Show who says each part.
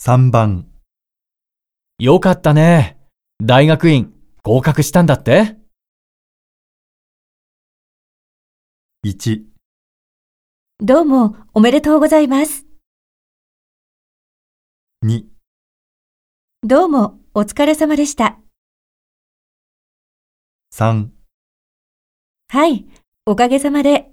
Speaker 1: 3番、
Speaker 2: よかったね。大学院合格したんだって
Speaker 1: 1、
Speaker 3: どうも、おめでとうございます。
Speaker 1: 2、
Speaker 3: どうも、お疲れ様でした。
Speaker 1: 3
Speaker 3: はい、おかげさまで、